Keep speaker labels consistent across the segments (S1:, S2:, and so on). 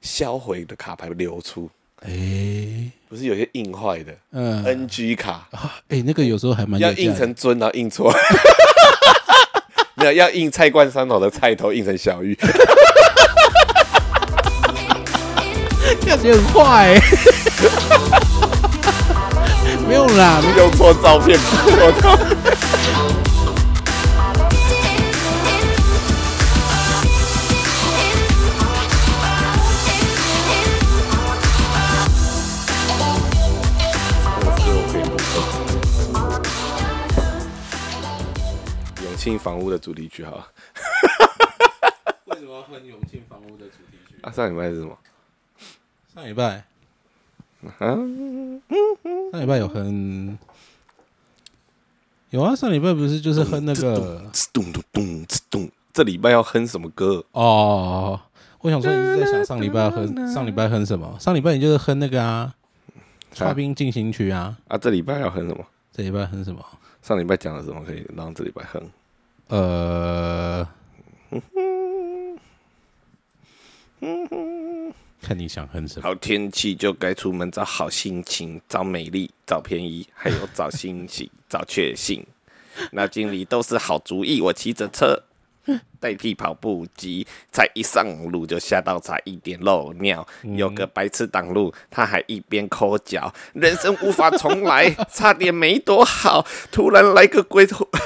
S1: 销毁的卡牌流出，
S2: 哎，
S1: 不是有些印坏的
S2: 嗯，
S1: NG 卡，
S2: 啊，哎，那个有时候还蛮
S1: 哎要
S2: 有价
S1: 印
S2: 值
S1: 成尊，然后印错， 没有要印菜冠三头的菜头印成小玉，
S2: 感觉很坏、 欸。没有啦，
S1: 用错照片，我操！永庆房屋的主题曲好了，
S2: 为什么要换永庆房屋的主题曲？
S1: 啊，上礼拜是什么？啊
S2: 上礼拜，上礼拜有哼，有啊，上礼拜不是就是哼那个
S1: 咚咚咚咚，这礼拜要哼什么歌？
S2: 哦。我想说你是在想上礼拜要哼上礼拜哼什么？上礼拜你就是哼那个啊，《
S1: 啊
S2: 跨兵进行曲》啊。
S1: 啊，这礼拜要哼什么？
S2: 这礼拜哼什么？
S1: 上礼拜讲了什么可以让这礼拜哼？
S2: 呃，看你想哼什么。
S1: 好天气就该出门，找好心情，找美丽，找便宜，还有找新奇， 找确信。脑筋里都是好主意。我骑着车，代替跑步机，才一上路就吓到差一点漏尿。有个白痴挡路，他还一边抠脚，人生无法重来，差点没躲好。突然来个鬼头。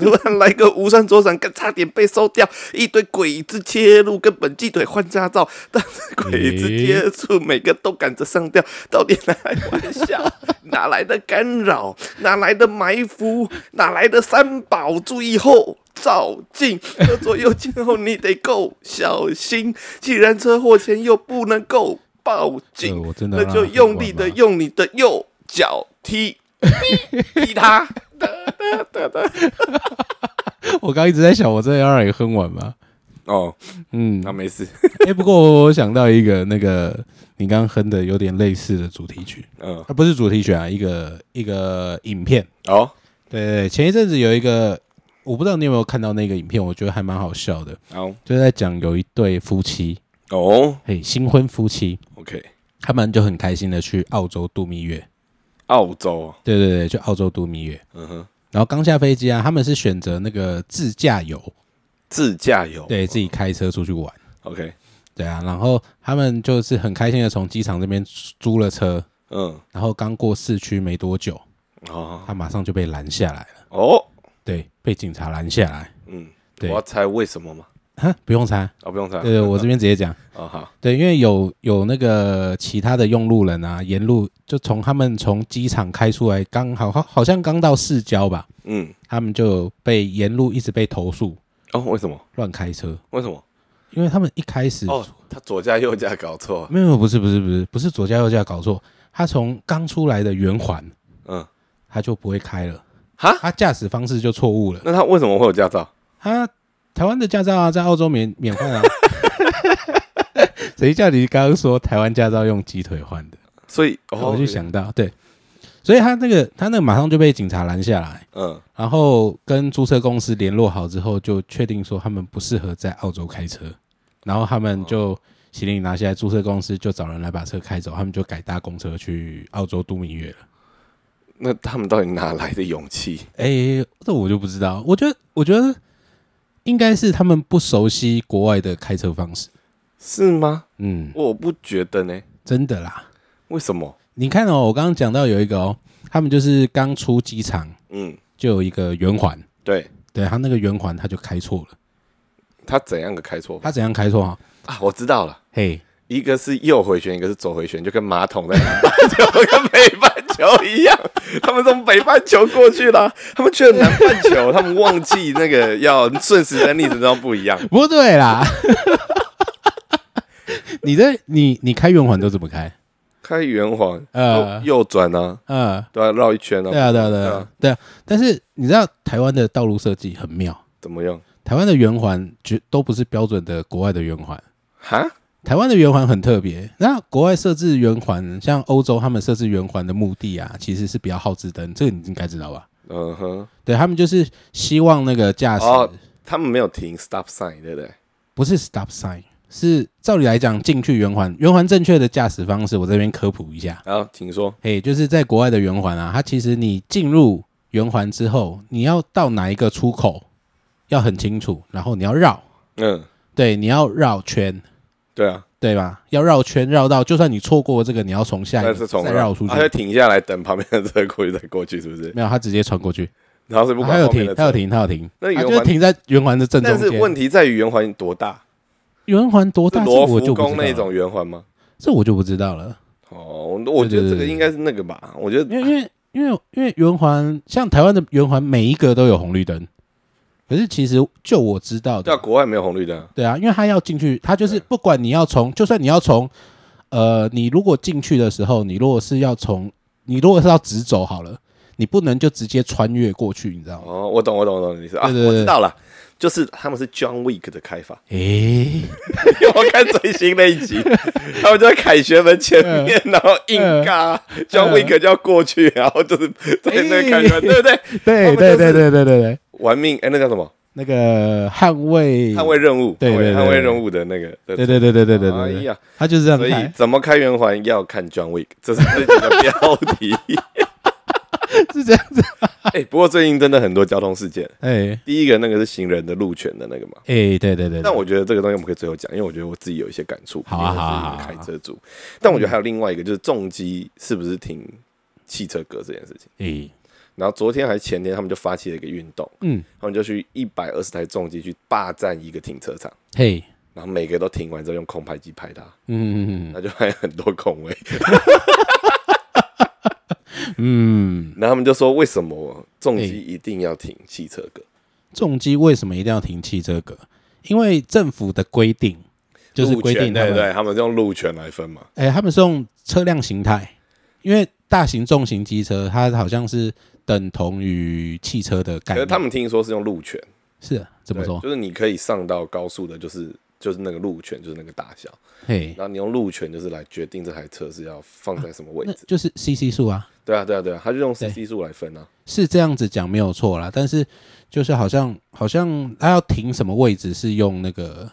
S1: 突然来个无声左闪，更差点被收掉。一堆鬼子切入，根本鸡腿换驾照，但是鬼子
S2: 咦
S1: 接触每个都赶着上吊，到底哪来玩笑？哪来的干扰？ 哪来的埋伏？哪来的三宝？注意后照镜，右左右前后你得够小心。既然车祸前又不能够报警，
S2: 呃我真的
S1: 那
S2: 让
S1: 就
S2: 他
S1: 用
S2: 过
S1: 力
S2: 关
S1: 的
S2: 吧
S1: 用你的右脚踢踢踢他。
S2: 我刚一直在想，我这要让你哼 完吗？
S1: 哦，
S2: 嗯，
S1: 那没事。
S2: 哎、不过我想到一个那个你刚刚哼的有点类似的主题曲，
S1: 嗯，
S2: 啊，不是主题曲啊，一个一个影片。
S1: 哦，
S2: 对对对，前一阵子有一个，我不知道你有没有看到那个影片，我觉得还蛮好笑的，
S1: 好，
S2: 就是在讲有一对夫妻，
S1: 哦
S2: 嘿，新婚夫妻，
S1: ，OK，
S2: 他们就很开心的去澳洲度蜜月。
S1: 澳洲，啊
S2: 对对对，去澳洲度蜜月。
S1: 嗯哼，
S2: 然后刚下飞机啊，他们是选择那个自驾游，
S1: 自驾游，
S2: 对自己开车出去玩，
S1: ，OK，
S2: 对啊。然后他们就是很开心的从机场这边租了车，
S1: 嗯，
S2: 然后刚过市区没多久，
S1: 哦，
S2: 他马上就被拦下来了，
S1: 哦，
S2: 对，被警察拦下来。
S1: 嗯，我
S2: 对
S1: 要猜为什么吗？
S2: 哈，不用猜，
S1: 哦，不用猜，
S2: 对，我这边直接讲，
S1: 哦好，
S2: 对，因为有有那个其他的用路人啊，沿路就从他们从机场开出来，刚好好好像刚到市郊吧，
S1: 嗯，
S2: 他们就被沿路一直被投诉
S1: 哦，为什么？
S2: 乱开车，
S1: 为什么？
S2: 因为他们一开始
S1: 哦，他左驾右驾搞错，
S2: 没有，没有不是，不是，不是，不是左驾右驾搞错，他从刚出来的圆环，
S1: 嗯，
S2: 他就不会开了，
S1: 哈
S2: 他驾驶方式就错误了。
S1: 那他为什么会有驾照？
S2: 他台湾的驾照啊，在澳洲免免换啊。谁叫你刚刚说台湾驾照用鸡腿换的？
S1: 所以，哦，
S2: 我就，想到，对，所以他那个他那个马上就被警察拦下来，
S1: 嗯，
S2: 然后跟租车公司联络好之后，就确定说他们不适合在澳洲开车，然后他们就行李拿下来，租车公司就找人来把车开走，他们就改搭公车去澳洲度蜜月了。
S1: 那他们到底哪来的勇气？
S2: 哎、这我就不知道，我觉得我觉得应该是他们不熟悉国外的开车方式。
S1: 是吗？
S2: 嗯，
S1: 我不觉得呢，
S2: 真的啦，
S1: 为什么？
S2: 你看哦，我刚刚讲到有一个哦，他们就是刚出机场
S1: 嗯，
S2: 就有一个圆环，
S1: 对
S2: 对他那个圆环他就开错了，
S1: 他怎样个开错法
S2: 他怎样开错啊？
S1: 啊？我知道了。
S2: 嘿，
S1: 一个是右回旋，一个是左回旋，就跟马桶在南半球跟北半球一样，他们从北半球过去了，他们去了南半球，他们忘记那个要顺时针逆时针不一样。
S2: 不对啦， 你这你你开圆环都怎么开？
S1: 开圆环，
S2: 呃
S1: 呃，右转啊，
S2: 嗯，
S1: 对啊，绕一圈
S2: 对
S1: 啊，
S2: 啊，对啊，对
S1: 对
S2: 啊
S1: 啊，
S2: 对啊。但是你知道台湾的道路设计很妙，
S1: 怎么样？
S2: 台湾的圆环绝都不是标准的国外的圆环。
S1: 哈，
S2: 台湾的圆环很特别，那国外设置圆环，像欧洲他们设置圆环的目的啊，其实是比较耗资灯，这个你应该知道吧？
S1: 嗯哼，
S2: 对他们就是希望那个驾驶
S1: 哦他们没有停 stop sign，对不对？
S2: 不是 stop sign，是照理来讲进去圆环，圆环正确的驾驶方式，我这边科普一下。
S1: 好，请说。
S2: 嘿就是在国外的圆环啊，它其实你进入圆环之后，你要到哪一个出口要很清楚，然后你要绕，
S1: 嗯，
S2: 对，你要绕圈，
S1: 对啊，
S2: 对吧？要绕圈绕到，就算你错过这个，你要从下一
S1: 但
S2: 个
S1: 是从啊
S2: 再绕出去
S1: 他。会停下来等旁边的车过去再过去，是不是？
S2: 没有，他直接穿过去，
S1: 然后是不
S2: 他
S1: 管
S2: 有
S1: 后面
S2: 停，
S1: 的
S2: 他有
S1: 车。
S2: 停，他有停，
S1: 那
S2: 他
S1: 圆
S2: 就
S1: 环
S2: 停在圆环的正
S1: 但
S2: 中
S1: 是
S2: 间。
S1: 问题在于圆环多大？
S2: 圆环多
S1: 是
S2: 大？这
S1: 罗
S2: 我就
S1: 浮
S2: 不
S1: 宫
S2: 知道
S1: 那
S2: 了，
S1: 种圆环吗？
S2: 这我就不知道了。
S1: 哦，我我觉得这个应该是那个吧。我觉得
S2: 因为因为因为因为圆环像台湾的圆环每一个都有红绿灯，可是其实就我知道
S1: 在
S2: 的，
S1: 国外没有红绿灯啊，
S2: 对啊，因为他要进去，他就是
S1: 对
S2: 不管你要从，就算你要从，呃，你如果进去的时候，你如果是要从，你如果是要直走好了，你不能就直接穿越过去，你知道吗？
S1: 哦，我懂，我懂，我懂你的意思啊，
S2: 对对对
S1: 我知道了，就是他们是 John Wick 的开法，
S2: 诶、
S1: 因为我看最新那一集， 他们就在凯旋门前
S2: 嗯
S1: 面，然后硬尬，John Wick 就要过去，然后就是在那个凯旋
S2: 哎
S1: 门，对不对？
S2: 对
S1: 他们就是
S2: 对对对对对对，
S1: 玩命，哎，那叫什么？
S2: 那个捍卫，
S1: 捍卫任务，
S2: 对对对
S1: 捍卫任务的那个，对
S2: 对对对对对对
S1: 哎
S2: 对对，
S1: 呀，
S2: 他就是这样
S1: 所以
S2: 开，
S1: 怎么开圆环要看 John Wick，这是这集的标题。
S2: 是这样子，
S1: 哎，不过最近真的很多交通事件，
S2: 哎、
S1: 第一个那个是行人的路权的那个嘛，
S2: 哎、对对对对
S1: 但我觉得这个东西我们可以最后讲，因为我觉得我自己有一些感触。
S2: 好啊
S1: 因为我
S2: 好啊好啊
S1: 是一个开车族，但我觉得还有另外一个就是重机是不是停汽车格这件事情。
S2: 哎、
S1: 然后昨天还前天，他们就发起了一个运动，
S2: 嗯，
S1: 他们就去一百二十台重机去霸占一个停车场，
S2: 嘿，
S1: 然后每个都停完之后用空拍机拍它，
S2: 嗯嗯
S1: 那就还有很多空位。
S2: 嗯，哎
S1: 然后他们就说，为什么重机一定要停汽车格？
S2: 重机为什么一定要停汽车格？因为政府的规定就是
S1: 路
S2: 规定
S1: 权，
S2: 他
S1: 对
S2: 们，
S1: 对，他们用路权来分嘛。
S2: 哎、他们是用车辆形态，因为大型重型机车它好像是等同于汽车的概
S1: 可是
S2: 念，
S1: 他们听说是用路权，
S2: 是啊怎么
S1: 对
S2: 说？
S1: 就是你可以上到高速的，就是就是那个路权，就是那个大小。
S2: 嘿，
S1: 然后你用路权就是来决定这台车是要放在什么位
S2: 那
S1: 置。
S2: 就是 CC 数啊，
S1: 对啊，对啊，对啊，他就用
S2: 对
S1: CC 数来分啊。
S2: 是这样子讲没有错啦，但是就是好像好像它要停什么位置是用那个，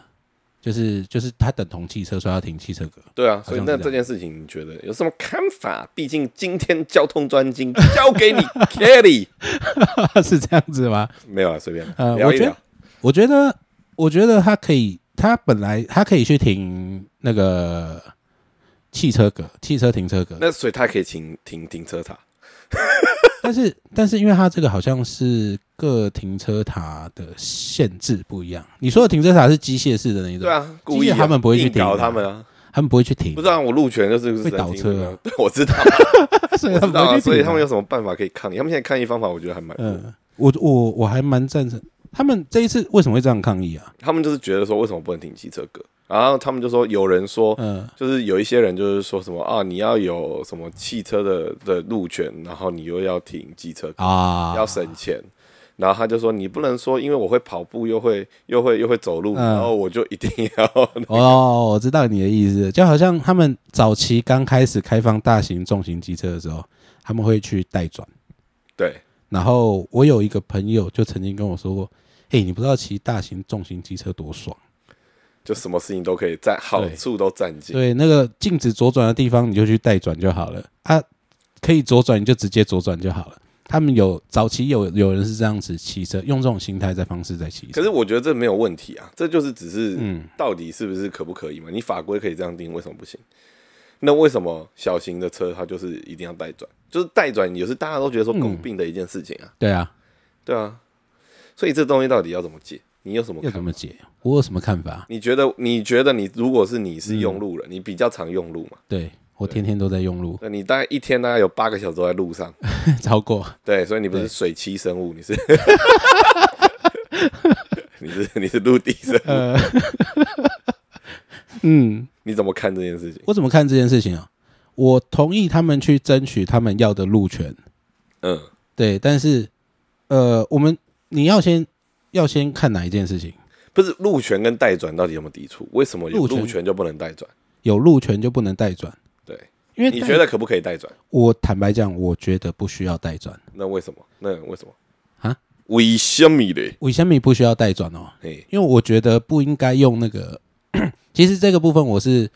S2: 就是就是它等同汽车，所以要停汽车格。
S1: 对啊，所
S2: 好像
S1: 以
S2: 是
S1: 那
S2: 这样
S1: 这件事情你觉得有什么看法？毕竟今天交通专精交 给你 Kelly，
S2: 是这样子吗？
S1: 没有啊，随便
S2: 呃
S1: 聊
S2: 我
S1: 一
S2: 觉得
S1: 聊。
S2: 我觉得，我觉得他可以，他本来他可以去停那个汽车格、汽车停车格，
S1: 那所以他可以停停停车塔，
S2: 但是但是因为他这个好像是各停车塔的限制不一样。你说的停车塔是机械式的那一种，
S1: 对啊，故意啊
S2: 他们不会去
S1: 硬
S2: 停啊
S1: 搞他们啊，
S2: 他们不会去停
S1: 不，知道我路权就是
S2: 会倒车啊，
S1: 对， 我知道，
S2: 所以
S1: 我
S2: 他
S1: 知
S2: 们
S1: 道
S2: 不会
S1: 啊，
S2: 去停啊
S1: 所以他们有什么办法可以抗议？他们现在抗议方法我觉得还蛮，
S2: 嗯，我我我还蛮赞成他们这一次为什么会这样抗议啊？
S1: 他们就是觉得说为什么不能停汽车格？然后他们就说有人说，
S2: 嗯，
S1: 就是有一些人就是说什么啊，你要有什么汽车的的路权，然后你又要停机车，
S2: 啊，
S1: 要省钱。然后他就说，你不能说因为我会跑步，又会又会又会走路，
S2: 嗯
S1: 然后我就一定要。
S2: 哦，我知道你的意思，就好像他们早期刚开始开放大型重型机车的时候，他们会去代转。
S1: 对，
S2: 然后我有一个朋友就曾经跟我说过：“嘿，你不知道骑大型重型机车多爽？
S1: 就什么事情都可以占，好处都占尽。
S2: 对，那个禁止左转的地方你就去代转就好了啊，可以左转你就直接左转就好了。”他们有早期有有人是这样子骑车，用这种心态在方式在骑车。
S1: 可是我觉得这没有问题啊，这就是只是
S2: 嗯
S1: 到底是不是可不可以嘛？你法规可以这样定，为什么不行？那为什么小型的车它就是一定要带转？就是带转也是大家都觉得说
S2: 嗯
S1: 诟病的一件事情啊，
S2: 对啊，
S1: 对啊。所以这东西到底要怎么解？你有什么
S2: 要
S1: 看
S2: 怎
S1: 法？
S2: 么解？我有什么看法？
S1: 你觉得？你觉得你如果是你是用路人，
S2: 嗯
S1: 你比较常用路嘛？
S2: 对我天天都在用路，
S1: 那你大概一天大概有八个小时都在路 上，
S2: 超过
S1: 对，所以你不是
S2: 对
S1: 水栖生物， 你是 你是你是陆地生物，
S2: 呃，嗯，
S1: 你怎么看这件事情？
S2: 我怎么看这件事情啊？我同意他们去争取他们要的路权，
S1: 嗯，
S2: 对，但是呃，我们你要先要先看哪一件事情，
S1: 不是路权跟代转到底有没有抵触？为什么有
S2: 路权
S1: 路权就不能代转？
S2: 有路权就不能代转，
S1: 对，
S2: 因为
S1: 你
S2: 代
S1: 觉？得可不可以代转？
S2: 我坦白讲，我觉得不需要代转。
S1: 那为什么？那为什么
S2: 啊？
S1: 为什么嘞？
S2: 为什么不需要代转哦？
S1: 嘿，
S2: 因为我觉得不应该用那个 其实这个部分我是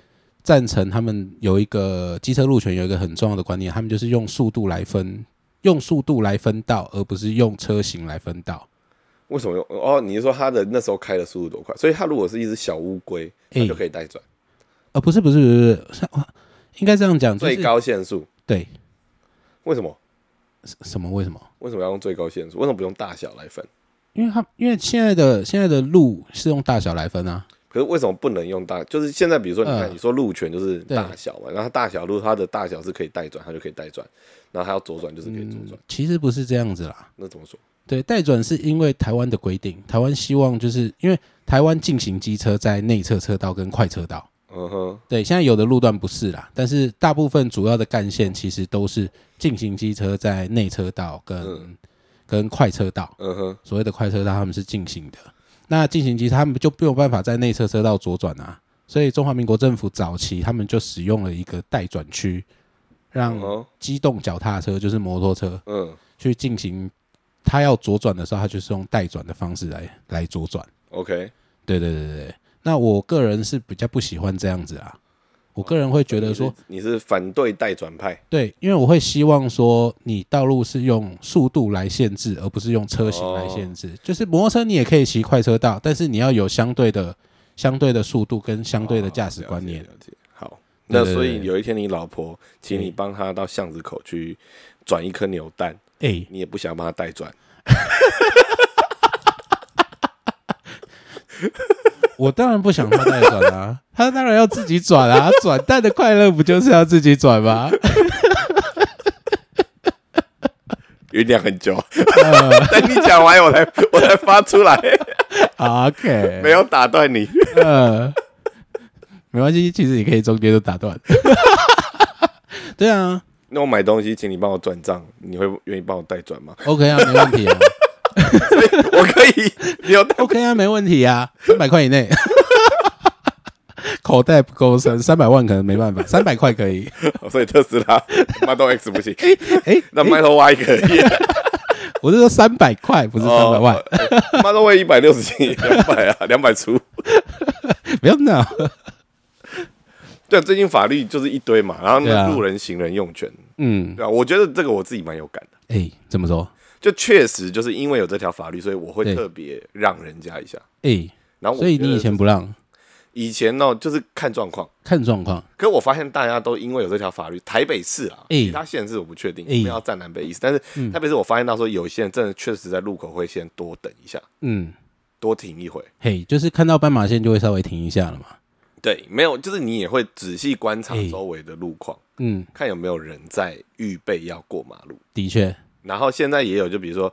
S2: 赞成他们有一个机车路权有一个很重要的观念，他们就是用速度来分，用速度来分道，而不是用车型来分道。
S1: 为什么用？哦，你是说他的那时候开的速度多快？所以他如果是一只小乌龟，他
S2: 诶
S1: 就可以带转、
S2: 呃，不是不是不是，不是像哇应该这样讲，就
S1: 最
S2: 是
S1: 高限速。
S2: 对
S1: 为什么？
S2: 什什么为什么？
S1: 为什么要用最高限速？为什么不用大小来分？
S2: 因为他因为现在的现在的路是用大小来分啊，
S1: 可是为什么不能用大？就是现在，比如说，你看，
S2: 嗯
S1: 你说路权就是
S2: 对
S1: 大小嘛，然后它大小路它的大小是可以带转，它就可以带转，然后它要左转就是可以左转，
S2: 嗯其实不是这样子啦。
S1: 那怎么说？
S2: 对，代转是因为台湾的规定，台湾希望就是因为台湾进行机车在内侧车道跟快车道，
S1: 嗯哼，
S2: 对，现在有的路段不是啦，但是大部分主要的干线其实都是进行机车在内车道跟、跟快车道，
S1: 嗯哼，
S2: 所谓的快车道他们是进行的，那进行机车他们就没有办法在内侧车道左转啊，所以中华民国政府早期他们就使用了一个待转区，让
S1: 嗯哼，
S2: 机动脚踏车就是摩托车
S1: 嗯
S2: 去进行，他要左转的时候，他就是用带转的方式来来左转。
S1: ，OK，
S2: 对对对对对。那我个人是比较不喜欢这样子啊，我个人会觉得说，
S1: 你是你是反对带转派，
S2: 对，因为我会希望说，你道路是用速度来限制，而不是用车型来限
S1: 哦
S2: 制。就是摩托车你也可以骑快车道，但是你要有相对的相对的速度跟相对的驾驶观
S1: 哦
S2: 念
S1: 了。解。好，
S2: 对
S1: 那
S2: 对
S1: 所以
S2: 对
S1: 有一天你老婆请你
S2: 嗯
S1: 帮她到巷子口去转一颗扭蛋，
S2: 哎、
S1: 你也不想帮她带转，
S2: 我当然不想他带转啊， 他当然要自己转啊，转蛋的快乐不就是要自己转吗？
S1: 酝酿很久，
S2: 呃
S1: 等你讲完我 才我才发出来，
S2: 哎 OK，
S1: 没有打断你。
S2: 呃， 没关系，其实你可以中间都打断。 对啊
S1: 那我买东西，请你帮我转账，你会愿意帮我代转吗？
S2: ，OK 啊，没问题啊
S1: 我可以，你有
S2: ，OK 啊，没问题啊，三百块以内， 口袋不够深，三百万可能没办法，三百块可以。
S1: 所以特斯拉 Model X 不行，
S2: 哎、
S1: 那 Model Y 可以，
S2: 我是说三百块，不是
S1: 哦
S2: 三百万，
S1: ，Model Y 一百六十七，两百啊，两百出。
S2: 不要闹。
S1: 对，啊最近法律就是一堆嘛，然后
S2: 对啊
S1: 那路人、行人用权，
S2: 嗯，
S1: 对啊，我觉得这个我自己蛮有感的，
S2: 哎、怎么说？
S1: 就确实就是因为有这条法律，所以我会
S2: 对
S1: 特别让人家一下。
S2: 哎、
S1: 然后我
S2: 所以
S1: 觉
S2: 你
S1: 得
S2: 以前不让
S1: 以前呢，就是看状况。
S2: 看状况，
S1: 可我发现大家都因为有这条法律，台北市啊，
S2: 哎
S1: 其他县市我不确定，
S2: 哎嗯
S1: 不要站南北意思。但是台北市我发现到说，有些人真的确实在路口会先多等一下，
S2: 嗯，
S1: 多停一回。
S2: 嘿、就是看到斑马线就会稍微停一下了嘛，
S1: 对，没有，就是你也会仔细观察
S2: 哎
S1: 周围的路况，
S2: 嗯，
S1: 看有没有人在预备要过马路。
S2: 的确，
S1: 然后现在也有，就比如说，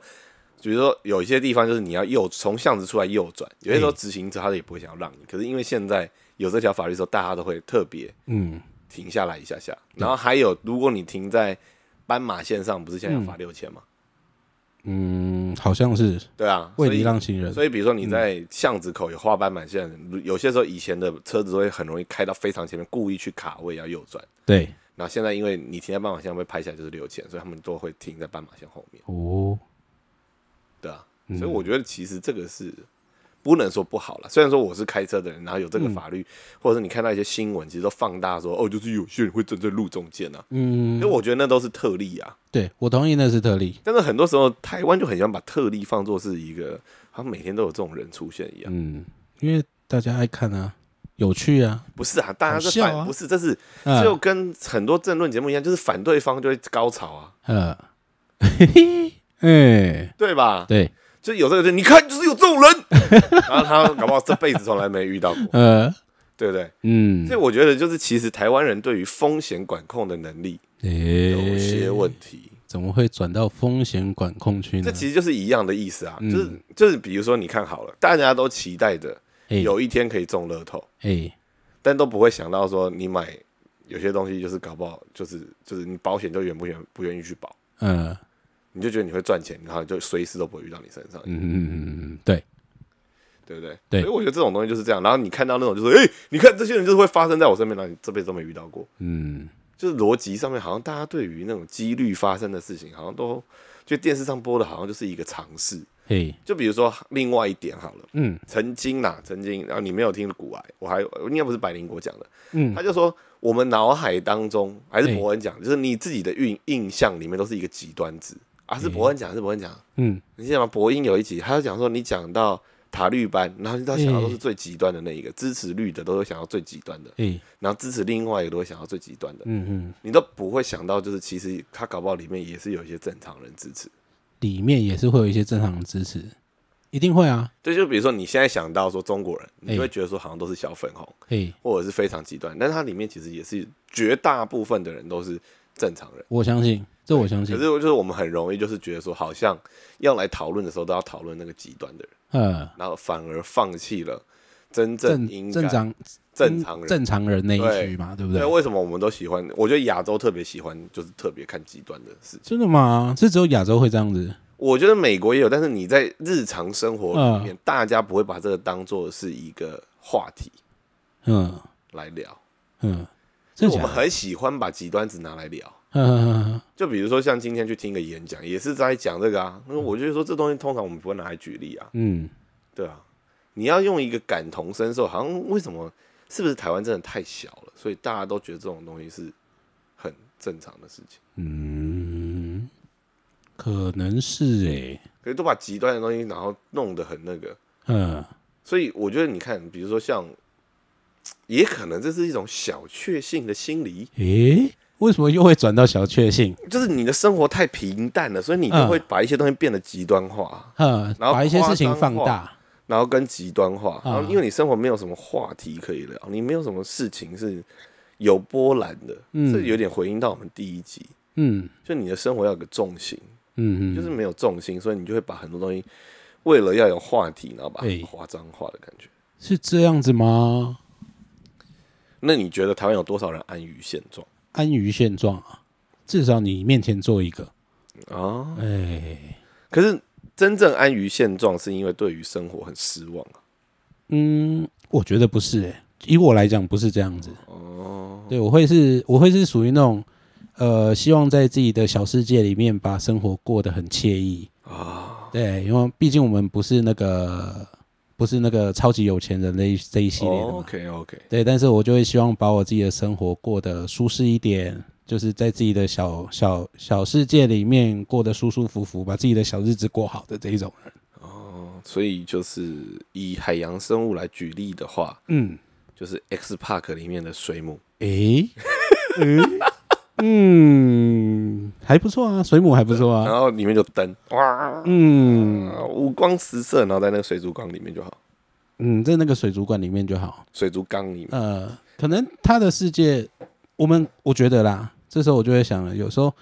S1: 比如说有一些地方就是你要右从巷子出来右转，有些时候执行者他也不会想要让你，可是因为现在有这条法律的时候，大家都会特别
S2: 嗯，
S1: 停下来一下下。然后还有，如果你停在斑马线上，不是现在要罚六千吗？
S2: 嗯，好像是
S1: 对啊，
S2: 为
S1: 所
S2: 礼
S1: 以
S2: 让行人。
S1: 所以比如说你在巷子口有画斑马线，有些时候以前的车子都会很容易开到非常前面，故意去卡位要右转。
S2: 对，
S1: 然后现在因为你停在斑马线上被拍下来就是六千，所以他们都会停在斑马线后面，
S2: 哦，
S1: 对啊。
S2: 嗯
S1: 所以我觉得其实这个是不能说不好了。虽然说我是开车的人，然后有这
S2: 嗯
S1: 个法律，或者是你看到一些新闻，其实都放大说哦，就是有些人会站在路中间啊。因
S2: 嗯
S1: 为，我觉得那都是特例啊。
S2: 对我同意那是特例。
S1: 但是很多时候，台湾就很喜欢把特例放作是一个，好像每天都有这种人出现一样。
S2: 嗯，因为大家爱看啊，有趣啊，
S1: 不是啊，大家是
S2: 好
S1: 反、
S2: 笑啊
S1: 不是，这是
S2: 嗯
S1: 就跟很多政论节目一样，就是反对方就会高潮啊，
S2: 呃，嘿嘿，哎，
S1: 对吧？
S2: 对，
S1: 就有这个，就你看，就是有这种人， 然后他搞不好这辈子从来没遇到过，
S2: 呃，
S1: 对不对？
S2: 嗯
S1: 所以，我觉得就是其实台湾人对于风险管控的能力有些
S2: 哎，
S1: 问题。
S2: 怎么会转到风险管控区呢
S1: 这？其实就是一样的意思啊，
S2: 嗯
S1: 就是就是比如说，你看好了，大家都期待着
S2: 哎
S1: 有一天可以中乐透，
S2: 哎，
S1: 但都不会想到说你买有些东西就是搞不好就是就是你保险就愿不愿不愿意去保，
S2: 呃，
S1: 你就觉得你会赚钱，然后就随时都不会遇到你身上，
S2: 嗯嗯嗯，对，
S1: 对不对？
S2: 对
S1: 所以我觉得这种东西就是这样。然后你看到那种就是，哎、你看这些人就是会发生在我身边，然后你这辈子都没遇到过，
S2: 嗯，
S1: 就是逻辑上面好像大家对于那种几率发生的事情，好像都就电视上播的好像就是一个尝试，
S2: 嘿嘿，
S1: 就比如说另外一点好了，
S2: 嗯
S1: 曾经呐、曾经，然后你没有听古癌，我还应该不是百灵国讲的，
S2: 嗯
S1: 他就说我们脑海当中还是
S2: 哎
S1: 伯恩讲，就是你自己的印印象里面都是一个极端值啊，是伯恩讲，是伯恩讲，
S2: 嗯，
S1: 你记得吗？伯恩有一集，他就讲说你讲到塔利班，然后你到想到都是最极端的那一个，支持绿的都会想到最极端的，
S2: 嘿，
S1: 然后支持另外一个都会想到最极端的，
S2: 嗯嗯，
S1: 你都不会想到，就是其实他搞不好里面也是有一些正常人支持。
S2: 里面也是会有一些正常的支持，一定会啊，
S1: 对，就比如说你现在想到说中国人，你
S2: 哎
S1: 就会觉得说好像都是小粉红，
S2: 嘿，
S1: 或者是非常极端，但是它里面其实也是绝大部分的人都是正常人。
S2: 我相信，这我相信
S1: 可是，就是我们很容易就是觉得说，好像要来讨论的时候都要讨论那个极端的人，
S2: 呃，
S1: 然后反而放弃了真正应
S2: 正
S1: 该
S2: 正常
S1: 正常人。
S2: 正常人那一
S1: 对
S2: 区嘛，对不
S1: 对，为什么我们都喜欢？我觉得亚洲特别喜欢，就是特别看极端的事情。
S2: 真的吗？是只有亚洲会这样子？
S1: 我觉得美国也有，但是你在日常生活里
S2: 嗯
S1: 面，大家不会把这个当做是一个话题
S2: 嗯
S1: 来聊。
S2: 嗯，真
S1: 我
S2: 假
S1: 们
S2: 的？
S1: 很喜欢把极端值拿来聊。
S2: 嗯
S1: 就比如说像今天去听个演讲，也是在讲这个啊。那我就说这东西通常我们不会拿来举例啊，
S2: 嗯
S1: 对啊。你要用一个感同身受，好像为什么？是不是台湾真的太小了，所以大家都觉得这种东西是很正常的事情？
S2: 嗯，可能是欸诶、
S1: 可是都把极端的东西，然后弄得很那个。
S2: 嗯
S1: 所以我觉得你看，比如说像，也可能这是一种小确幸的心理，
S2: 诶、为什么又会转到小确幸？
S1: 就是你的生活太平淡了，所以你就会把一些东西变得极端化。
S2: 嗯，
S1: 然后
S2: 把一些事情
S1: 夸张
S2: 放
S1: 化
S2: 大。
S1: 然后跟极端化，
S2: 嗯
S1: 然后因为你生活没有什么话题可以聊，你没有什么事情是有波澜的，
S2: 嗯
S1: 这有点回应到我们第一集，
S2: 嗯
S1: 就你的生活要有个重心，
S2: 嗯嗯，
S1: 就是没有重心，所以你就会把很多东西为了要有话题，然后把它
S2: 对
S1: 夸张化的感觉。
S2: 是这样子吗？
S1: 那你觉得台湾有多少人安于现状
S2: 安于现状啊，至少你面前做一个。
S1: 啊？
S2: 哎、
S1: 可是真正安于现状，是因为对于生活很失望啊。
S2: 嗯，我觉得不是、欸，以我来讲不是这样子。
S1: 哦，
S2: 对我会是，我会是属于那种，呃，希望在自己的小世界里面把生活过得很惬意。
S1: 啊，
S2: 对，因为毕竟我们不是那个，不是那个超级有钱人的一这一系列的嘛。
S1: 哦 OK OK，
S2: 对，但是我就会希望把我自己的生活过得舒适一点，就是在自己的小小小世界里面过得舒舒服服，把自己的小日子过好的这一种人。
S1: 所以就是以海洋生物来举例的话，
S2: 嗯，
S1: 就是 X Park 里面的水母。
S2: 诶、 嗯嗯，还不错啊，水母还不错啊
S1: 然。后里面就灯，哇，
S2: 嗯
S1: 五光十色，然后在那个水族缸里面就好，
S2: 嗯，在那个水族馆里面就好。
S1: 水族缸里面，
S2: 呃，可能他的世界，我们我觉得啦，这时候我就会想了，有时候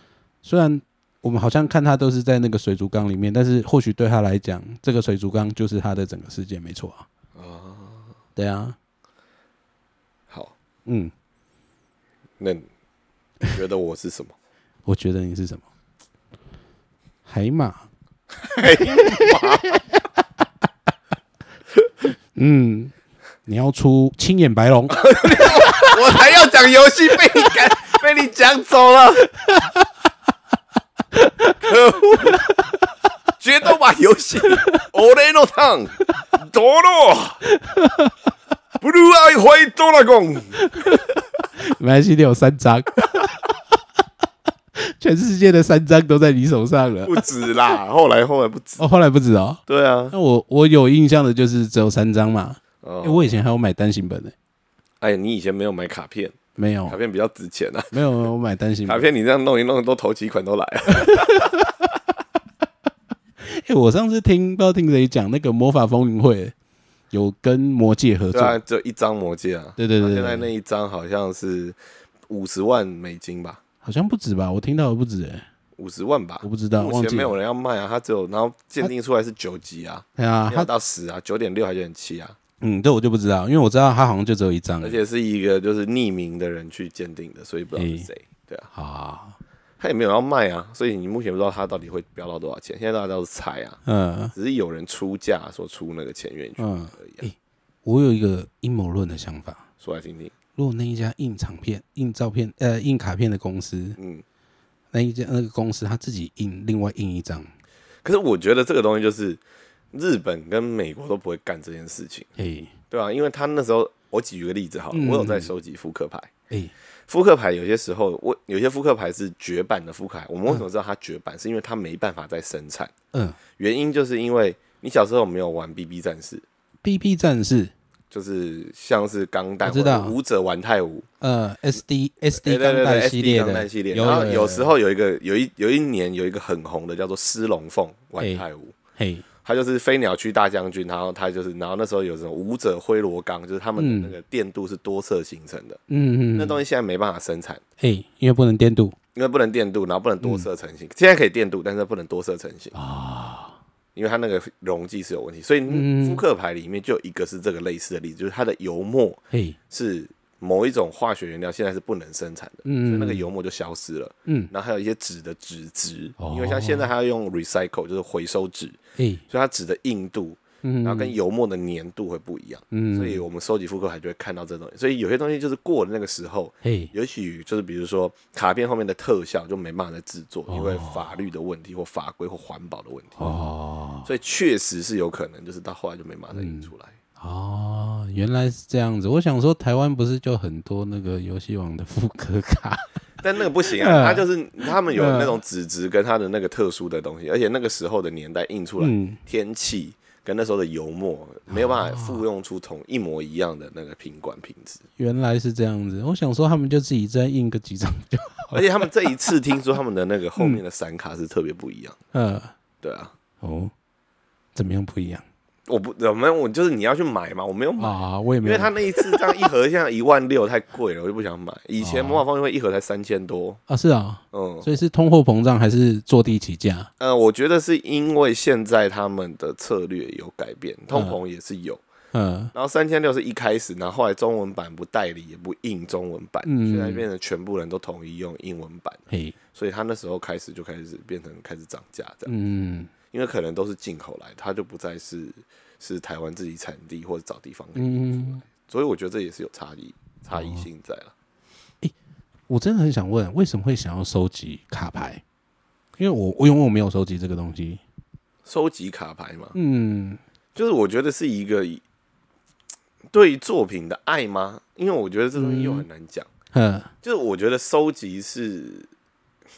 S2: 虽然我们好像看他都是在那个水族缸里面，但是或许对他来讲，这个水族缸就是他的整个世界，没错啊。对啊，
S1: 好，
S2: 嗯，
S1: 那你觉得我是什 么？
S2: 我觉得你是什么？海马。嗯，你要出青眼白龙，
S1: 我还要讲游戏，被你赶，被你讲走了，可恶，决斗吧游戏，Oreno Town，多罗。不如爱回多拉贡，
S2: 没关系，你有三张， 全世界的三张都在你手上了。
S1: 不止啦。后来后来不止，
S2: 哦，后来不知道。
S1: 对啊，
S2: 那我我有印象的就是只有三张嘛。
S1: 哦
S2: 欸我以前还有买单行本呢、
S1: 哎，你以前没有买卡片，
S2: 没
S1: 卡
S2: 有
S1: 片比较值钱啊。
S2: 没有没有我买单行
S1: 卡
S2: 本。
S1: 片你这样弄一弄，都头期款都来了。
S2: 哎、我上次听不知道听谁讲那个魔法风云会有跟魔界合
S1: 对
S2: 作，
S1: 啊，只有一张魔戒啊。
S2: 对对对
S1: 然后
S2: 对
S1: 现在那一张好像是五十万美金吧，
S2: 好像不止吧？我听到的不止、欸，
S1: 五十万吧
S2: 我。不知道，
S1: 目
S2: 忘
S1: 前
S2: 记
S1: 没
S2: 了。
S1: 有人要卖啊，它只有然后鉴定出来是九级啊，
S2: 对啊
S1: 没，有
S2: 他
S1: 到十啊，九点六还九点七啊，
S2: 嗯，这我就不知道，因为我知道他好像就只有一张
S1: 而且是一个就是匿名的人去鉴定的，所以不知道是谁。对啊，
S2: 啊，
S1: 他也没有要卖啊，所以你目前不知道他到底会飙到多少钱。现在大家都是猜啊，
S2: 嗯
S1: 只是有人出价说出那个钱愿意去
S2: 嗯，
S1: 而已啊、
S2: 哎、我有一个阴谋论的想法，
S1: 说来听听。
S2: 如果那一家印唱片、印照片、呃印卡片的公司，
S1: 嗯，
S2: 那一家那个公司他自己印另外印一张，
S1: 可是我觉得这个东西就是日本跟美国都不会干这件事情，
S2: 哎
S1: 对啊，因为他那时候我举个例子
S2: 嗯
S1: 好了，我有在收集扑克牌，
S2: 哎
S1: 扑克牌有些时候我有些扑克牌是绝版的扑克牌，我们为什么知道它绝版？是因为它没办法再生产，
S2: 嗯
S1: 原因就是因为你小时候没有玩 BB 战士，
S2: ，B B 战士，
S1: 就是像是钢弹
S2: 我知道
S1: 或者舞者玩太舞，
S2: 呃，S D S
S1: 对
S2: D
S1: 对
S2: 钢
S1: 对
S2: 弹
S1: 对
S2: 系列
S1: ，SD 钢
S2: 的
S1: 弹系列，
S2: 有
S1: 然后有时候
S2: 有
S1: 有一个有一有一年有一个很红的叫做狮龙凤玩太舞。
S2: 嘿
S1: 他就是飞鸟区大将军，然后他就是，然后那时候有这种舞者灰罗钢，就是他们的那个电镀是多色形成的，
S2: 嗯
S1: 那
S2: 嗯
S1: 东西现在没办法生产，
S2: 嘿，因为不能颠度
S1: 因为不能电镀，然后不能多色成型。现在可以电镀，但是不能多色成型啊，因为它那个溶剂是有问题。所以扑克牌里面就有一个是这个类似的例子，就是它的油墨
S2: 嘿
S1: 是某一种化学原料，现在是不能生产的，所以那个油墨就消失了。
S2: 嗯，
S1: 然后还有一些纸的纸质，因为像现在还要用 recycle，就是回收纸。
S2: 嘿嗯
S1: 所以它纸的硬度，然后跟油墨的粘度会不一样，所以我们收集复刻牌就会看到这东西。所以有些东西就是过了那个时候，
S2: 嘿
S1: 也许就是比如说卡片后面的特效就没办法再制作，因为法律的问题或法规或环保的问题，
S2: 哦
S1: 所以确实是有可能，就是到后来就没办法再印出来。
S2: 哦，原来是这样子。我想说，台湾不是就很多那个游戏王的复刻卡？
S1: 但那个不行
S2: 嗯
S1: 啊，它就是他们有那种纸质跟它的那个特殊的东西，而且那个时候的年代印出来，
S2: 嗯
S1: 天气跟那时候的油墨没有办法复用出同一模一样的那个品管品质。
S2: 原来是这样子。我想说，他们就自己再印个几张就
S1: 而且他们这一次听说他们的那个后面
S2: 嗯
S1: 的闪卡是特别不一样，
S2: 呃
S1: 对啊，
S2: 哦，怎么样不一样
S1: 我不怎么我就是你要去买嘛，我没有买，
S2: 啊？我也
S1: 因
S2: 没有
S1: 为他那一次这样一盒像一万六太 贵了，我就不想买。以前魔法方就会一盒才三千多，
S2: 啊，是啊、
S1: 嗯
S2: 哦所以是通货膨胀还是坐地起价？
S1: 呃，我觉得是因为现在他们的策略有改变，通膨也是有。
S2: 嗯
S1: 然后三千六是一开始，然后后来中文版不代理也不印中文版，
S2: 嗯
S1: 现在变成全部人都统一用英文版，
S2: 嘿
S1: 所以他那时候开始就开始变成开始涨价这样。
S2: 嗯
S1: 因为可能都是进口来的，它就不再是是台湾自己产地或者找地方给你出来，
S2: 嗯，哦
S1: 所以我觉得这也是有差异差异性在了。
S2: 我真的很想问，为什么会想要收集卡牌？因为我我因为我没有收集这个东西。
S1: 收集卡牌嘛，
S2: 嗯
S1: 就是我觉得是一个对于作品的爱吗？因为我觉得这东西又很难讲。
S2: 嗯
S1: 就是我觉得收集是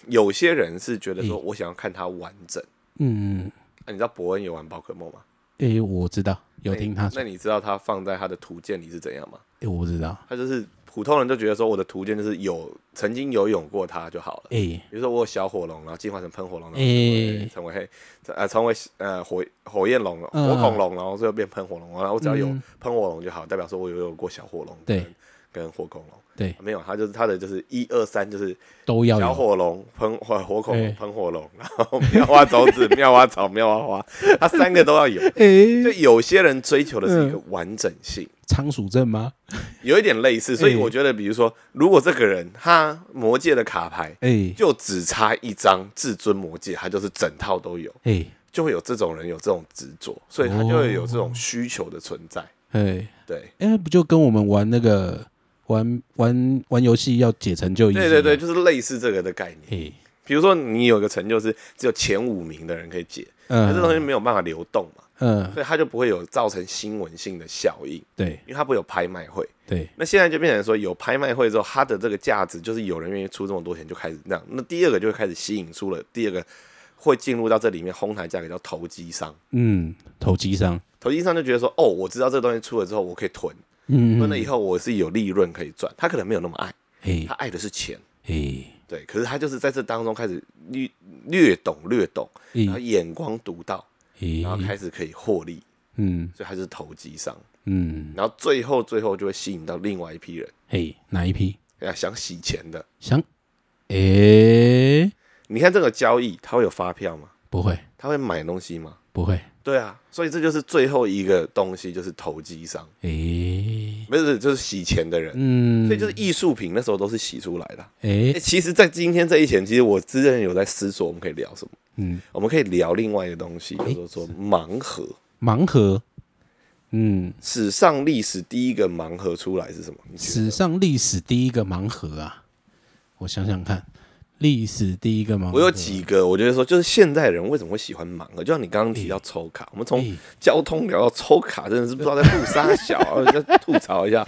S1: 有些人是觉得说我想要看它完整。
S2: 嗯，
S1: 啊、你知道伯恩有玩宝可梦吗？
S2: 诶、我知道，有听他说，
S1: 那
S2: 诶、
S1: 你知道他放在他的图鉴里是怎样吗？
S2: 我不知道，
S1: 他就是普通人都觉得说我的图鉴就是有曾经游泳过它就好了。
S2: 诶、
S1: 比如说我有小火龙，然后进化成喷火龙，然后
S2: 诶
S1: 成为成为呃成为呃火火焰龙、
S2: 哎嗯
S1: 火恐龙，然后最后变喷火龙，然后我只要有
S2: 嗯
S1: 喷火龙就好，代表说我有有过小火龙，
S2: 对
S1: 跟，跟火恐龙
S2: 对，
S1: 没有，它就是它的就是一二三就是
S2: 都要
S1: 小
S2: 有，
S1: 火龙、喷火火恐
S2: 哎
S1: 龙、喷火龙，然后妙蛙种子、妙蛙草、妙蛙花，它三个都要 有。
S2: 诶、
S1: 就有些人追求的是一
S2: 嗯
S1: 个完整性，
S2: 仓鼠症吗？
S1: 有一点类似，所以
S2: 哎
S1: 我觉得，比如说，如果这个人他魔界的卡牌
S2: 诶、
S1: 就只差一张至尊魔戒，它就是整套都有，
S2: 诶、
S1: 就会有这种人有这种执着，所以他就会有这种需求的存在。
S2: 诶、
S1: 对，
S2: 诶、不就跟我们玩那个玩玩玩游戏要解成就一样？
S1: 对对对，就是类似这个的概念。
S2: 诶、
S1: 比如说，你有一个成就是只有前五名的人可以解，可是这
S2: 嗯
S1: 东西没有办法流动嘛，
S2: 嗯，
S1: 所以它就不会有造成新闻性的效应，
S2: 对
S1: 因为它不会有拍卖会。
S2: 对，
S1: 那现在就变成说，有拍卖会之后，它的这个价值就是有人愿意出这么多钱，就开始那样。那第二个就会开始吸引出了第二个会进入到这里面哄抬价格叫投机商。
S2: 嗯，投机商，
S1: 投机商就觉得说，哦，我知道这个东西出了之后，我可以囤，
S2: 嗯，
S1: 囤了以后我是有利润可以赚。他可能没有那么爱，
S2: 诶
S1: 他爱的是钱，
S2: 诶
S1: 对。可是他就是在这当中开始略略懂略懂，
S2: 诶
S1: 然后眼光独到，
S2: 诶
S1: 啊然，后开始可以获利，
S2: 嗯
S1: 所以他就是投机商。
S2: 嗯，
S1: 然后最后最后就会吸引到另外一批人，
S2: 诶，哪一批？
S1: 哎呀，想洗钱的。
S2: 想，诶、
S1: 你看这个交易，他会有发票吗？
S2: 不会
S1: 他会买东西吗？
S2: 不会，
S1: 对啊，所以这就是最后一个东西，就是投机商，
S2: 诶、
S1: 不是就是洗钱的人。
S2: 嗯
S1: 所以，就是艺术品那时候都是洗出来的啊。
S2: 诶、
S1: 欸、其实，在今天这一前，其实我之前有在思索，我们可以聊什么？
S2: 嗯，
S1: 我们可以聊另外一个东西，叫做做盲盒。
S2: 盲盒，嗯，
S1: 史上历史第一个盲盒出来是什么？你觉得
S2: 史上历史第一个盲盒啊，我想想看，历史第一个盲盒，
S1: 我有几个，我觉得说就是现代人为什么会喜欢盲盒，就像你刚刚提到抽卡，我们从
S2: 欸
S1: 交通聊到抽卡，真的是不知道在互杀小， 我就吐槽一下。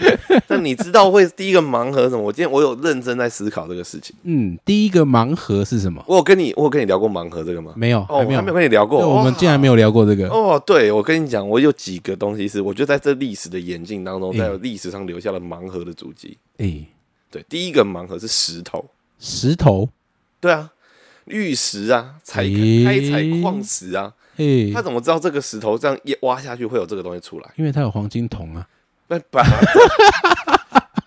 S1: 那你知道会第一个盲盒是什么？我今天我有认真在思考这个事情。
S2: 嗯，第一个盲盒是什么？
S1: 我有跟你我有跟你聊过盲盒这个吗？
S2: 没有，
S1: 哦，我
S2: 还没有，
S1: 还没有跟你聊过。
S2: 对，我们
S1: 哇
S2: 竟然没有聊过这个。
S1: 哦，对，我跟你讲，我有几个东西是我觉得在这历史的演进当中，
S2: 嗯
S1: 在历史上留下了盲盒的足迹。
S2: 诶，
S1: 对，第一个盲盒是石头，
S2: 石头，
S1: 对啊，玉石啊，采
S2: 咦
S1: 开采矿石啊，
S2: 诶，
S1: 他怎么知道这个石头这样一挖下去会有这个东西出来？
S2: 因为它有黄金桶啊。
S1: 那把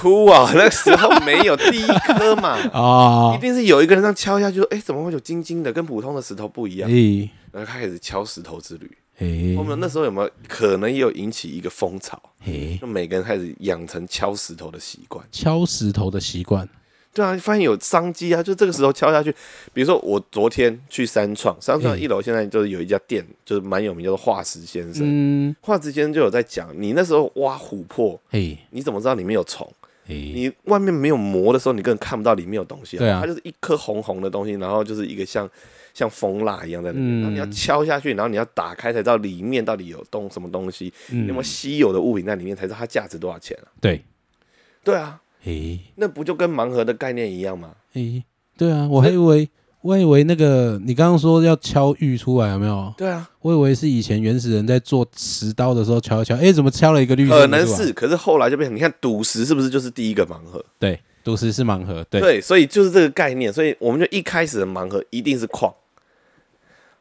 S1: 哭啊！那时候没有第一颗嘛，一
S2: 哦，
S1: 定是有一个人这样敲下去说：“哎、怎么会有晶晶的？跟普通的石头不一样。
S2: 诶，”
S1: 然后开始敲石头之旅。
S2: 诶
S1: 我，们那时候有没有可能也有引起一个风潮？
S2: 诶，
S1: 就每个人开始养成敲石头的习惯。
S2: 敲石头的习惯。
S1: 对啊，发现有商机啊，就这个时候敲下去。比如说我昨天去三创，三创
S2: 嗯
S1: 一楼现在就是有一家店，就是蛮有名，叫做化石先生。
S2: 嗯，
S1: 化石先生就有在讲，你那时候挖琥珀，
S2: 诶，
S1: 你怎么知道里面有虫？
S2: 诶，
S1: 你外面没有膜的时候，你根本看不到里面有东西、
S2: 对啊
S1: 它就是一颗红红的东西，然后就是一个像像蜂蜡一样在那边，
S2: 嗯
S1: 然后你要敲下去，然后你要打开才知道里面到底有东什么东西，
S2: 嗯
S1: 那么稀有的物品在里面才知道它价值多少钱啊？
S2: 对，
S1: 对啊，
S2: 诶，
S1: 那不就跟盲盒的概念一样吗？
S2: 诶，对啊，我还以为，我还以为那个你刚刚说要敲玉出来，有没有？
S1: 对啊，
S2: 我以为是以前原始人在做石刀的时候敲一敲，诶，怎么敲了一个绿色
S1: 可
S2: 的出来？
S1: 能是，可是后来就变成你看赌石是不是就是第一个盲盒？
S2: 对，毒石是盲盒，对，
S1: 对，所以就是这个概念，所以我们就一开始的盲盒一定是矿。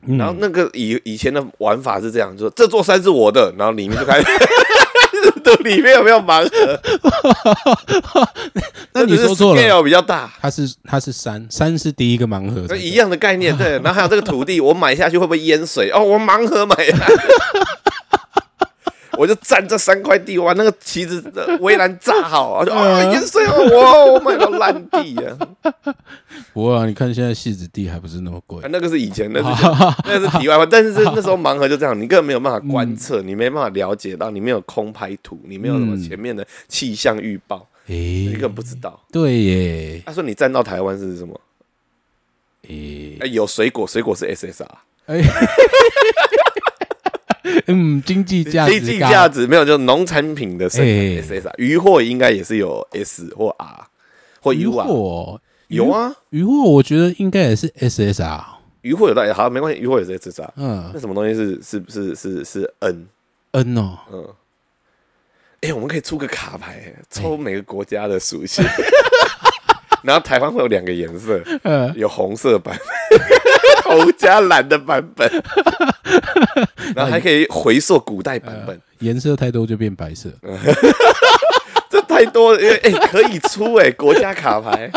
S2: 嗯
S1: 然后那个以以前的玩法是这样，就说这座山是我的，然后里面就开始 赌里面有没有盲盒。
S2: 那你说错了
S1: s c 比较大，
S2: 它是它是山，山是第一个盲盒才
S1: 那
S2: 对，
S1: 一样的概念对。然后还有这个土地，我买下去会不会淹水？哦，我盲盒买的。 我就占这三块地，我把那个旗子的围栏炸好，我就啊淹水哦，我我买到烂地啊！
S2: 不过、啊、你看现在戏子地还不是那么贵
S1: 啊，那个是以前，那是那个是题外话，但是那时候盲盒就这样，你根本没有办法观测，你没办法了解到，你没有空拍图，你没有什么前面的气象预报，
S2: 诶、
S1: 你根本不知道。
S2: 对耶，
S1: 他说你站到台湾是什么？
S2: 诶、
S1: 哎，有水果，水果是 SSR，
S2: 哎，嗯，经济价值
S1: 经济
S2: 高
S1: 价值没有，就农产品的生
S2: 哎
S1: 产 SSR，渔获应该也是有 S 或 R 或
S2: 渔
S1: U 啊，
S2: 获，
S1: 有啊，
S2: 渔获，我觉得应该也是 SSR，
S1: 渔获有到，好没关系，渔获也是 SSR。
S2: 嗯
S1: 那什么东西是是是是是 N？
S2: ，N 哦，
S1: 嗯，哎、我们可以出个卡牌，
S2: 哎
S1: 抽每个国家的属性， 然后台湾会有两个颜色，
S2: 呃，
S1: 有红色版本、 红加蓝的版 本，然后还可以回溯古代版本，
S2: 颜色太多就变白色，
S1: 这太多了，哎、可以出 哎、国家卡牌。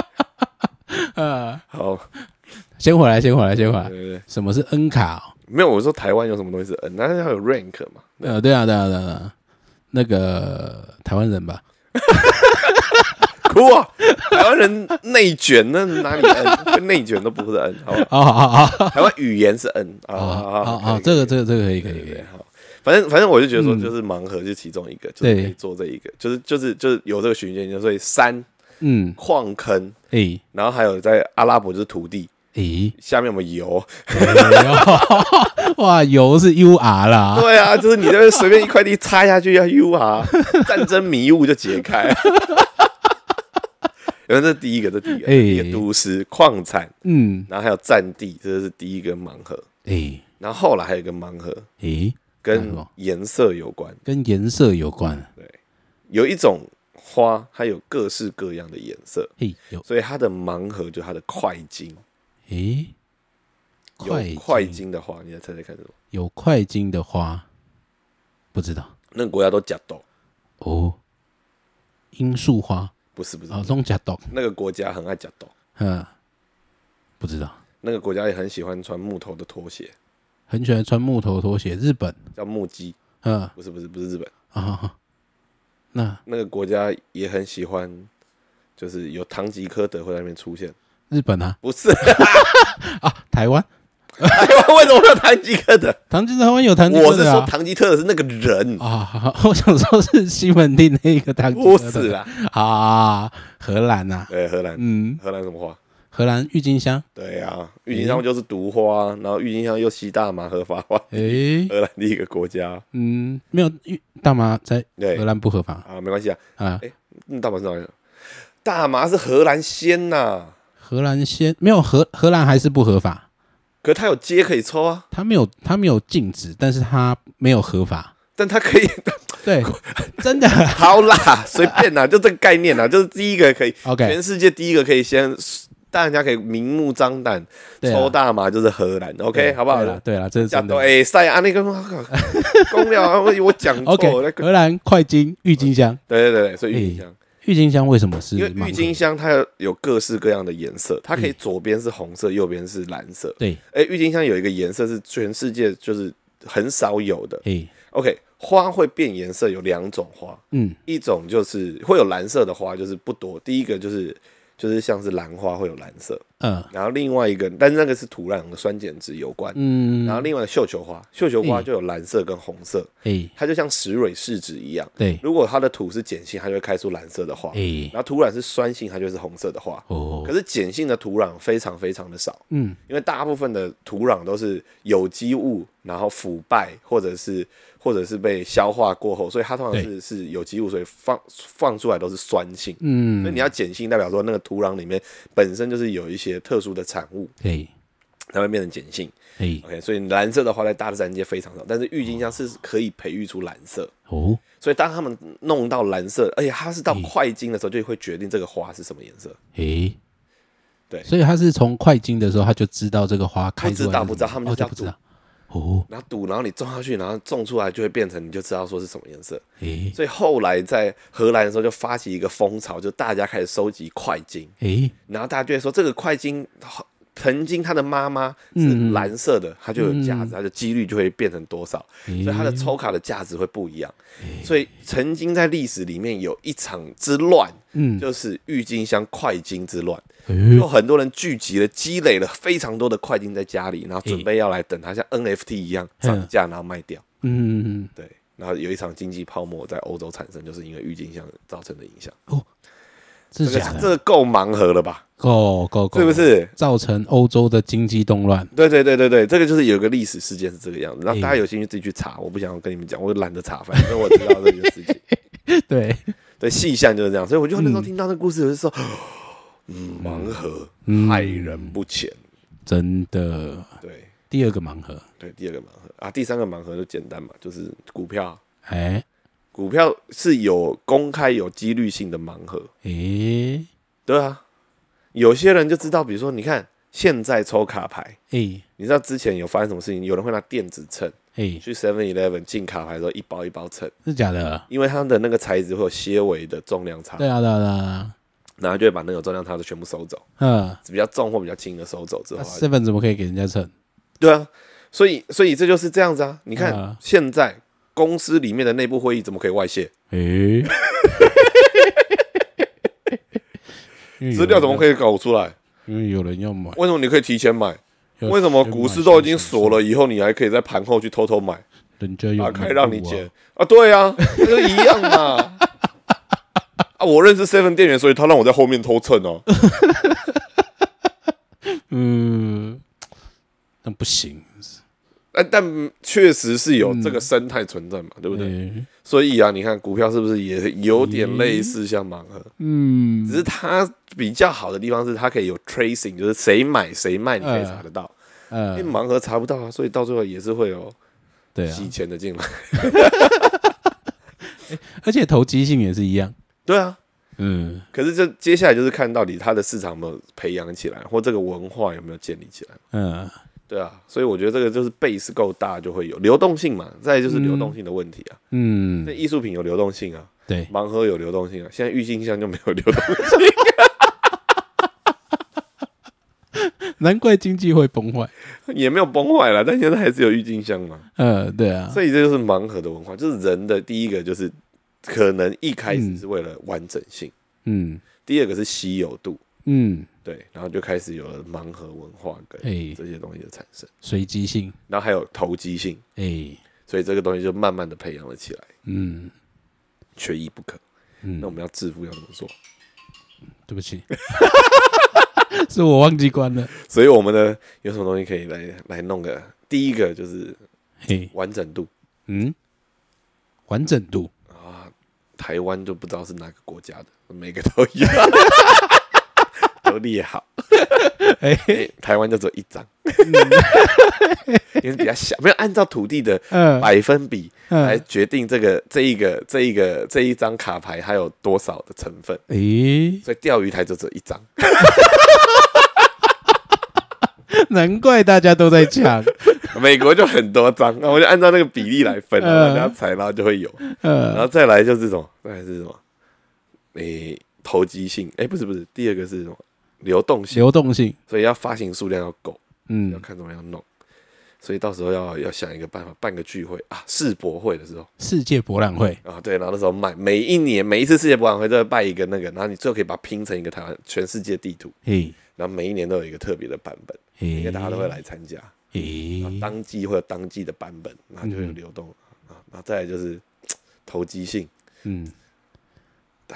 S2: 呃，
S1: 好，
S2: 先回来，先回来，先回来
S1: 对，对对，
S2: 什么是 N 卡、哦？
S1: 没有，我说台湾有什么东西是 N，但是要有 rank 嘛，
S2: 呃，对啊，对啊，对啊，对啊那个台湾人吧，
S1: 哭啊！台湾人内卷，那哪里 N？跟内卷都不是 N，好 吧？
S2: 哦，好好好。
S1: 台湾语言是 N 啊
S2: 哦
S1: 好
S2: 哦
S1: 好
S2: 哦，这个这个这个可以可以
S1: 对
S2: 可
S1: 对
S2: 以
S1: 对，，好，反正反正我就觉得说，就是盲盒就是其中一个，就是
S2: 对
S1: 可以做这一个，就是就是就是有这个循环，所以山
S2: 嗯，
S1: 矿坑，
S2: 诶
S1: 然后还有在阿拉伯就是土地，
S2: 诶，
S1: 下面我们油，
S2: 哎呦哇，油是 U R 啦，
S1: 对啊，就是你这边随便一块地插下去要 U 啊，战争迷雾就解开。 然后这是第一个，这第一个，
S2: 哎
S1: 第一个都市矿产，
S2: 嗯，
S1: 然后还有占地，这是第一个盲盒。
S2: 诶
S1: 然后后来还有一个盲盒
S2: 诶，
S1: 跟
S2: 哪个
S1: 颜色有关，
S2: 跟颜色有关，
S1: 有一种花它有各式各样的颜色，
S2: 嘿，有
S1: 所以它的盲盒就是它的快金，
S2: 诶，
S1: 有快金的话，你来猜猜看是什么？
S2: 有快金的花，不知道
S1: 那个国家都假斗，
S2: 哦，罂粟花
S1: 不是不是，
S2: 哦，弄假豆，
S1: 那个国家很爱假斗，
S2: 嗯，不知道，
S1: 那个国家也很喜欢穿木头的拖鞋，
S2: 很喜欢穿木头拖鞋，日本，
S1: 叫木屐，
S2: 嗯
S1: 不是不是不是日本，
S2: 啊，那
S1: 那个国家也很喜欢，就是有堂吉诃德会在那边出现，
S2: 日本啊
S1: 不是？
S2: 啊，台湾，
S1: 台湾为什么会有堂吉诃德？
S2: 唐吉台湾有唐吉
S1: 我
S2: 诃
S1: 是
S2: 德啊
S1: 说堂吉诃德是那个人，
S2: 啊，好好 我想说是西门町那个唐吉
S1: 不
S2: 诃德
S1: 是啦，
S2: 啊，荷兰呐、啊，
S1: 对，荷兰，
S2: 嗯，
S1: 荷兰什么花？
S2: 荷兰郁金香，
S1: 对啊，郁金香就是毒花，啊然后郁金香又吸大麻合法化，
S2: 诶、
S1: 荷兰第一个国家。
S2: 嗯，没有郁大麻在
S1: 对
S2: 荷兰不合法
S1: 啊，没关系啊，
S2: 啊，
S1: 嗯，大麻是哪里的？大麻是荷兰仙呐、
S2: 荷兰先没有荷荷兰还是不合法，
S1: 可是它有街可以抽啊，
S2: 它没有它没有禁止，但是它没有合法，
S1: 但它可以
S2: 对，真的
S1: 好啦，随便啦，就这个概念啦，就是第一个可以
S2: OK，
S1: 全世界第一个可以先，大家可以明目张胆
S2: 对啊
S1: 抽大麻就是荷兰，OK，好不好
S2: 对？了，对了，这是
S1: 讲
S2: 真
S1: 到
S2: 的。
S1: 哎塞啊，那个公了啊，我我讲错
S2: 哦 OK，
S1: 那个，
S2: 荷兰快金郁金香，
S1: 对对对，所以郁金香，
S2: 郁金香为什么是
S1: 因为
S2: 盲
S1: 郁
S2: 盒
S1: 金香它有各式各样的颜色，它可
S2: 嗯
S1: 以左边是红色，右边是蓝色。
S2: 对，
S1: 哎，郁金香有一个颜色是全世界就是很少有的。
S2: 诶，
S1: OK，花会变颜色有两种花，
S2: 嗯，
S1: 一种就是会有蓝色的花，就是不多。第一个就是就是像是兰花会有蓝色，
S2: 呃，
S1: 然后另外一个，但是那个是土壤和酸碱值有关。
S2: 嗯，
S1: 然后另外绣球花，绣球花
S2: 嗯
S1: 就有蓝色跟红色，
S2: 诶，
S1: 它就像石蕊试纸一样。
S2: 对，
S1: 如果它的土是碱性，它就会开出蓝色的花；
S2: 诶，
S1: 然后土壤是酸性，它就是红色的花。
S2: 哎哦
S1: 可，是碱性的土壤非常非常的少，
S2: 嗯，
S1: 因为大部分的土壤都是有机物，然后腐败或者是或者是被消化过后，所以它通常
S2: 对
S1: 是是有机物，所以放放出来都是酸性。
S2: 嗯，
S1: 所以你要碱性，代表说那个土壤里面本身就是有一些特殊的产物，
S2: 诶，
S1: 它会变成碱性。
S2: 诶，
S1: OK，所以蓝色的花在大自然界非常少，但是郁金香是可以培育出蓝色。
S2: 哦，
S1: 所以当他们弄到蓝色，而且它是到快金的时候，就会决定这个花是什么颜色。
S2: 诶，
S1: 对
S2: 所以他是从快金的时候他就知道这个花开
S1: 不知
S2: 出来
S1: 道
S2: 是
S1: 不知道
S2: 什么
S1: 他们
S2: 哦
S1: 就
S2: 就
S1: 叫
S2: 不知道，哦，
S1: 然后赌，然后你种下去，然后种出来就会变成，你就知道说是什么颜色。
S2: 诶，
S1: 所以后来在荷兰的时候，就发起一个风潮，就大家开始收集快金，
S2: 诶，
S1: 然后大家就会说这个快金曾经它的妈妈
S2: 嗯
S1: 是蓝色的，它就有价值，它的几率就会变成多少，
S2: 诶
S1: 所以它的抽卡的价值会不一样。所以曾经在历史里面有一场之乱，
S2: 嗯，
S1: 就是郁金香快金之乱。
S2: 诶，
S1: 有很多人聚集了，积累了非常多的快金在家里，然后准备要来等它像 NFT 一样涨价，然后卖掉。
S2: 嗯，
S1: 对，然后有一场经济泡沫在欧洲产生，就是因为郁金香造成的影响。
S2: 这
S1: 这
S2: 嗯是
S1: 个
S2: 假
S1: 这
S2: 的，
S1: 个够盲盒了吧？
S2: 够够够，
S1: 是不？是？
S2: 造成欧洲的经济动乱，
S1: 对对对对对，这个就是有一个历史事件是这个样子，然后
S2: 嗯
S1: 大家有兴趣自己去查，我不想跟你们讲，我懒得查，反正我知道这个事情。
S2: 对，
S1: 对，细项就是这样，所以我就那时候听到那故事，我就说，嗯，盲盒嗯害人不浅。
S2: 真的。
S1: 对
S2: 第二个盲盒，
S1: 对，第二个盲盒啊，第三个盲盒就简单嘛，就是股票。
S2: 哎
S1: 股票是有公开有几率性的盲盒，
S2: 诶
S1: 对啊，有些人就知道，比如说你看现在抽卡牌，
S2: 诶
S1: 你知道之前有发生什么事情？有人会拿电子秤
S2: 诶，
S1: 去 Seven Eleven 进卡牌的时候一包一包称，
S2: 是假的？
S1: 因为它的那个材质会有些微的重量差，
S2: 对啊对啊对啊，
S1: 然后就会把那个重量差的全部收走，
S2: 嗯，
S1: 比较重或比较轻的收走之后
S2: 那
S1: 啊，
S2: seven 怎么可以给人家称？
S1: 对啊，所以所以这就是这样子啊。你看、
S2: 啊
S1: 现在公司里面的内部会议怎么可以外泄？
S2: 诶，
S1: 资料怎么
S2: 以？
S1: 可以搞出来？
S2: 因为有人要买，
S1: 为什么你可以提前买？
S2: 要
S1: 为什么
S2: 先
S1: 股
S2: 买
S1: 市都已经
S2: 先
S1: 锁了，以后你还可以在盘后去偷偷买，
S2: 人家有
S1: 打
S2: 买
S1: 开
S2: 入
S1: 让你
S2: 啊
S1: 捡？啊？对啊，那就一样嘛。 啊，我认识 Seven 店员，所以他让我在后面偷蹭 哦、
S2: 嗯，那不行，
S1: 但但确实是有
S2: 嗯
S1: 这个生态存在嘛，对不对？
S2: 对，
S1: 所以啊，你看股票是不是也有点类似像盲盒？
S2: 嗯，
S1: 只是它比较好的地方是它可以有 tracing，就是谁买谁卖，你可以查得到。因为
S2: 呃，
S1: 盲盒查不到啊，所以到最后也是会有
S2: 对啊，
S1: 洗钱的进来。
S2: 而且投机性也是一样，
S1: 对啊，
S2: 嗯，
S1: 可是这接下来就是看到底它的市场有没有培养起来，或这个文化有没有建立起来。
S2: 嗯，
S1: 对啊，所以我觉得这个就是 base 够大就会有流动性嘛，再来就是流动性的问题啊。那
S2: 嗯，
S1: 艺术品有流动性啊，
S2: 对，
S1: 盲盒有流动性啊，现在郁金香就没有流动 性。
S2: 难怪经济会崩坏，
S1: 也没有崩坏了，但现在还是有郁金香嘛。
S2: 呃，对啊，
S1: 所以这就是盲盒的文化，就是人的第一个就是可能一开始是为了完整性，
S2: 嗯
S1: 第二个是稀有度，
S2: 嗯，
S1: 对，然后就开始有了盲盒文化跟
S2: 哎
S1: 这些东西的产生，
S2: 随机性，
S1: 然后还有投机性。
S2: 哎，
S1: 所以这个东西就慢慢的培养了起来，
S2: 嗯
S1: 缺一不可。那我
S2: 嗯，
S1: 们要致富要怎么做？
S2: 对不起， 是我忘记关了。
S1: 所以我们的有什么东西可以来来弄个？第一个就是
S2: 嘿，
S1: 完整度
S2: 哎嗯，完整度，
S1: 啊，台湾就不知道是哪个国家的，每个都 一样，都列好。
S2: 哎、
S1: 欸台湾就只有一张，因为比较小，没有按照土地的
S2: 嗯
S1: 百分比
S2: 嗯
S1: 来决定这个这一个这一个这一张卡牌它有多少的成分，
S2: 哎、
S1: 所以钓鱼台就只有一张，
S2: 难怪大家都在 抢。
S1: 美国就很多张，那我就按照那个比例来分，
S2: 嗯
S1: 然后大家猜，然后就会有，然
S2: 呃，
S1: 后再来就是什么，再来是什么？诶、投机性，诶、不是不是，第二个是什么？流动性，
S2: 流动性，
S1: 所以要发行数量要够，要
S2: 嗯，
S1: 看怎么样弄，所以到时候要要想一个办法，办个聚会啊，世博会的时候。
S2: 世界博览会，
S1: 啊，对，然后那时候卖，每一年每一次世界博览会都会办一个那个，然后你最后可以把它拼成一个台湾全世界地图，
S2: 嘿，哎
S1: 然后每一年都有一个特别的版本，
S2: 嘿
S1: 应该大家都会来参加。
S2: 嘿
S1: 然后当季会有当季的版本，然后就会有流动啊，然后再来就是嘖投机性，
S2: 嗯，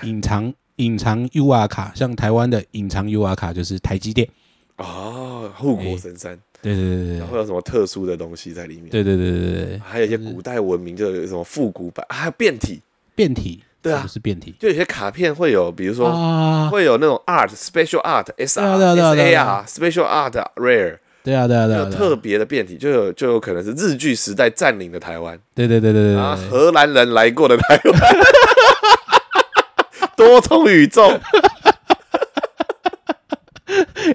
S2: 隐藏隐藏 UR 卡，像台湾的隐藏 UR 卡就是台积电，
S1: 哦，护国神山，
S2: 对对对
S1: 然后会有什么特殊的东西在里面？
S2: 对对对对对对对，
S1: 还有一些古代文明，就有什么复古版，啊还有变体，
S2: 变体，
S1: 对啊
S2: 是不是变体
S1: 就有些卡片会有，比如说
S2: 啊，
S1: 会有那种 art special art
S2: 对啊
S1: SR
S2: 对啊对啊
S1: SAR special art rare。
S2: 对啊对啊对啊
S1: 有，特别的变体，就有就有可能是日据时代占领的台湾，
S2: 对对对对对
S1: 啊，
S2: 对对，
S1: 荷兰人来过的台湾，多重宇宙，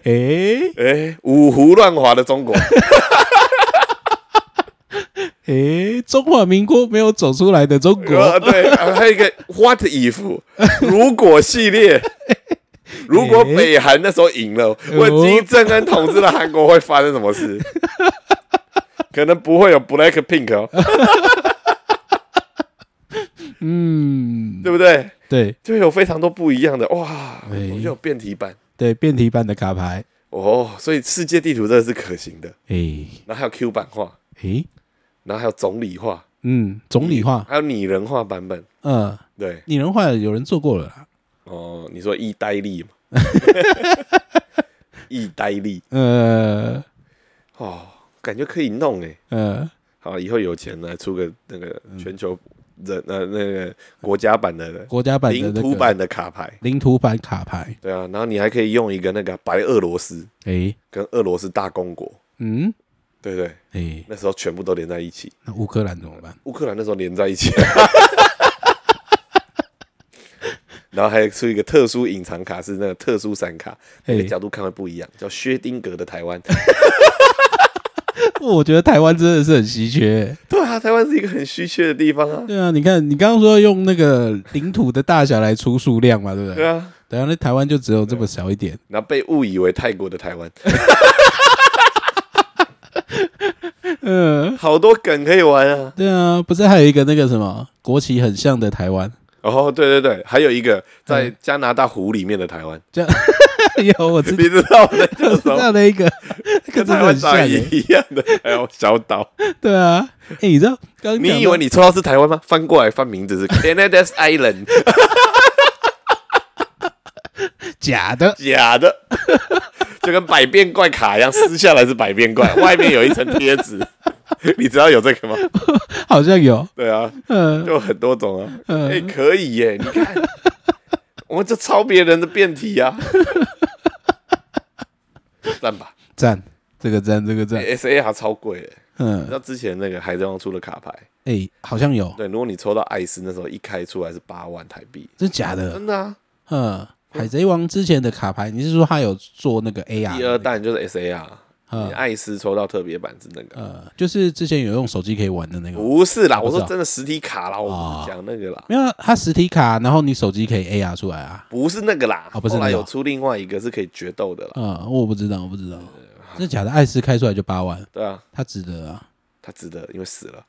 S2: 哎
S1: 哎、五胡乱华的 中国，
S2: 哎，中华民国没有走出来的中国，
S1: 啊对，啊还有一个 What if 如果系 列。如果北韩那时候赢了，问金正恩统治了韩国会发生什么 事？可能不会有 Black Pink 哦，
S2: 嗯，
S1: 对不对？
S2: 对
S1: 就有非常多不一样的哇，我
S2: 哎
S1: 们就有变体版。
S2: 对，变体版的卡牌，
S1: 哦，所以世界地图真的是可行的。
S2: 哎
S1: 然后还有 Q 版画，
S2: 哎，
S1: 然后还有总理画、
S2: 嗯，总理化，
S1: 还有拟人化版本。
S2: 嗯，
S1: 对，
S2: 拟人化有人做过了啦，
S1: 哦，你说意呆利嘛？ 意呆利
S2: 呃
S1: 哦，感觉可以弄哎。
S2: 呃，
S1: 好，以后有钱来出个那个全球人、呃那个国家版的
S2: 嗯国家版的
S1: 领
S2: 那
S1: 土
S2: 个
S1: 版的卡牌。
S2: 领土版卡牌，
S1: 对啊，然后你还可以用一个那个白俄罗斯
S2: 哎，
S1: 跟俄罗斯大公国，
S2: 嗯，
S1: 对不对，
S2: 哎，
S1: 那时候全部都连在一起。
S2: 那乌克兰怎么 办？
S1: 乌克兰那时候连在一起， 然后还出一个特殊隐藏卡，是那个特殊闪卡，那个
S2: 嘿
S1: 角度看会不一样，叫薛丁格的台湾。
S2: 我觉得台湾真的是很稀缺。
S1: 对啊，台湾是一个很稀缺的地方啊。
S2: 对啊，你看，你刚刚说用那个领土的大小来出数量嘛，对不
S1: 对
S2: 对？
S1: 啊，
S2: 对啊，那台湾就只有这么少一 点。
S1: 然后被误以为泰国的台湾，
S2: 嗯，
S1: 好多梗可以玩啊。
S2: 对啊，不是还有一个那个什么国旗很像的台湾？
S1: 哦，对对对，还有一个在加拿大湖里面的台 湾，
S2: 有，我知
S1: 你知道我在叫什
S2: 道
S1: 么？
S2: 那的一个， 那个
S1: 跟
S2: 真的
S1: 台
S2: 很
S1: 湾
S2: 像
S1: 长
S2: 欸。
S1: 一样的，还有小 岛。
S2: 对啊，哎，你知道刚刚讲到
S1: 你以为你抽到是台湾吗？翻过来翻名字是 Canada's Island，
S2: 假的？
S1: 假的， 就跟百变怪卡一样，撕下来是百变怪，外面有一层贴纸。你知道有这个吗？
S2: 好 像有。
S1: 对啊，
S2: 嗯，
S1: 就有很多种啊。哎、
S2: 嗯
S1: 可以耶！你看，我们就抄别人的变体啊。赞吧、
S2: 赞，这个赞，这个赞。
S1: 欸、，S A 还超贵耶。你知
S2: 嗯，
S1: 道之前那个海贼王出的卡牌，
S2: 哎，好像有，
S1: 对，如果你抽到艾斯，那时候一开出来是八万台币，
S2: 真假的？
S1: 真的啊。
S2: 嗯，海贼王之前的卡牌，你是说他有做那个 AR？
S1: 第二弹就是 S A R，、你
S2: 嗯
S1: 艾斯抽到特别版是那个。
S2: 呃，就是之前有用手机可以玩的那个吗。
S1: 不是啦，
S2: 不
S1: 我
S2: 是啊
S1: 说真的实体卡啦，我不
S2: 哦
S1: 是讲那个啦，
S2: 没有啊，它实体卡，然后你手机可以 AR 出来啊。
S1: 不是那个啦。
S2: 哦不是
S1: 后来
S2: 那个
S1: 有出另外一个是可以决斗的啦。
S2: 嗯，我不知道，我不知道，真的假的？艾斯开出来就八万，
S1: 对啊，
S2: 它值得啊。
S1: 他值得，因为死了。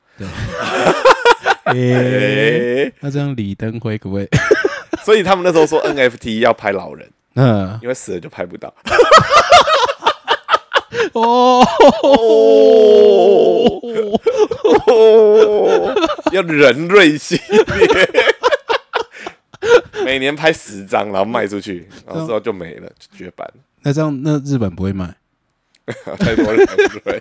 S2: 诶，
S1: 诶，
S2: 那这样李登辉可不 可以？
S1: 所以他们那时候说 NFT 要拍老人，
S2: 嗯，
S1: 因为死了就拍不到。
S2: 哦，
S1: 哦，要人瑞系列。每年拍十张，然后卖出去，
S2: 哦
S1: 然后之后就没了，就绝版，
S2: 那这样那日本不会卖，
S1: 太多人排队，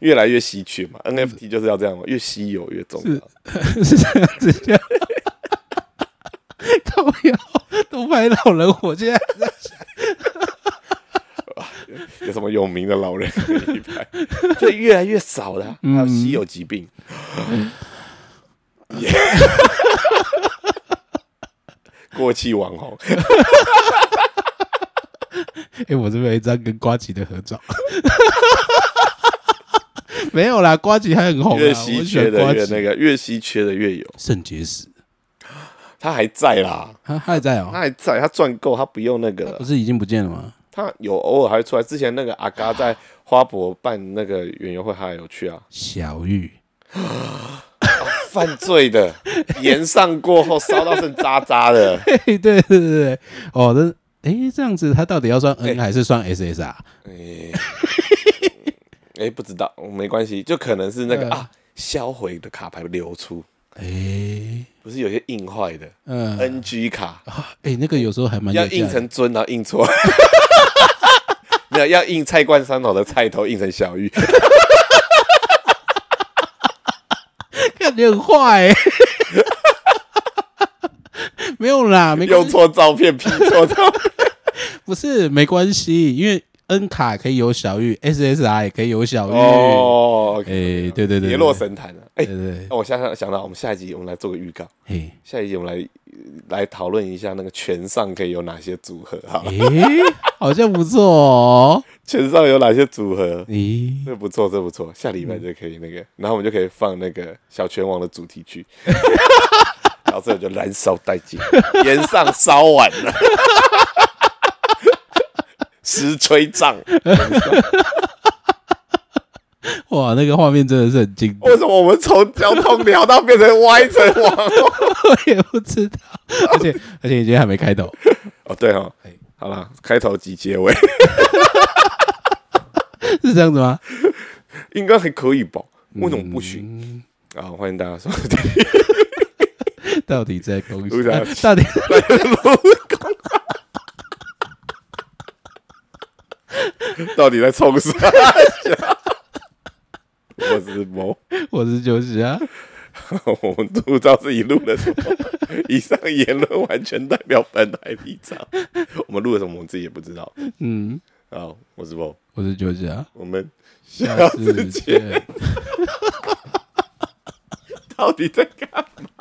S1: 越来越稀缺嘛。NFT 就是要这样嘛，越稀有越重要。
S2: 是这样子 这样。靠腰都拍老人，我现在
S1: 有什么有名的老人可以 拍，就越来越少了。
S2: 嗯
S1: 还有稀有疾病， 过气网红，
S2: 哎、我这边有一张跟瓜吉的合照， 没有啦，瓜吉还很红、啊，
S1: 越
S2: 我
S1: 稀
S2: 喜
S1: 缺
S2: 欢瓜
S1: 的
S2: 吉
S1: 越那个，越稀缺的越有。
S2: 肾结石，
S1: 他还在啦，
S2: 他他还在
S1: 他
S2: 哦，
S1: 还在，他赚够，他不用那个了
S2: 不。是已经不见了吗？
S1: 他有偶尔还会出来。之前那个阿嘎在花博办那个园游会，他还有去啊。
S2: 小玉，
S1: 犯罪的，延上过后烧到剩渣渣的，
S2: 嘿嘿，对对对对，哦，那哎、这样子他到底要算 N 还是算 SS 啊？
S1: 哎、哎，不知道，没关系，就可能是那个、啊，销毁的卡牌流出，
S2: 哎、
S1: 不是有些印坏的、
S2: 嗯，哎、
S1: NG 卡，
S2: 那个有时候还蛮有
S1: 要
S2: 价
S1: 印
S2: 值
S1: 成尊，然后印错， 没有要印菜冠三头的菜头，印成小玉，
S2: 看你很坏、欸， 没有啦，没关
S1: 用
S2: 系
S1: 错照片 P 错照 片，
S2: 不是没关系，因为 N 卡可以有小玉，SSR 也可以有小玉。
S1: 哦，
S2: 哎、嗯对对对，
S1: 跌落神坛了、啊，哎、
S2: 对对，
S1: 那我想想想到，我们下一集我们来做个预告。
S2: 嘿，
S1: 下一集我们来来讨论一下那个拳上可以有哪些组合哈，
S2: 诶，哎好像不错哦。
S1: 拳上有哪些组合？
S2: 咦，
S1: 这不错，这不错，下礼拜就可以那个，然后我们就可以放那个小拳王的主题 曲，然后这就燃烧殆尽，延上烧完了，实吹胀。
S2: 哇，那个画面真的是很经典，
S1: 为什么我们从交通聊到变成歪成王后？
S2: 我也不知道。而且而且你今天还没开头，
S1: 哦，对哦
S2: 哎，
S1: 好了，开头及结尾
S2: 是这样子吗？
S1: 应该还可以吧？为什么不行？啊，欢迎大家收听。
S2: 到底在公
S1: 录
S2: 司、
S1: 下
S2: 啊
S1: 去？
S2: 到底
S1: 到底在冲啥？我是某，
S2: 我是九十啊，
S1: 我们不知道自己录了什么。以上言论完全代表本台立场。我们录了什么，我们自己也不知道。
S2: 嗯，
S1: 好，我是某，
S2: 我是九十啊，
S1: 我们下
S2: 是
S1: 次见。到底在干嘛？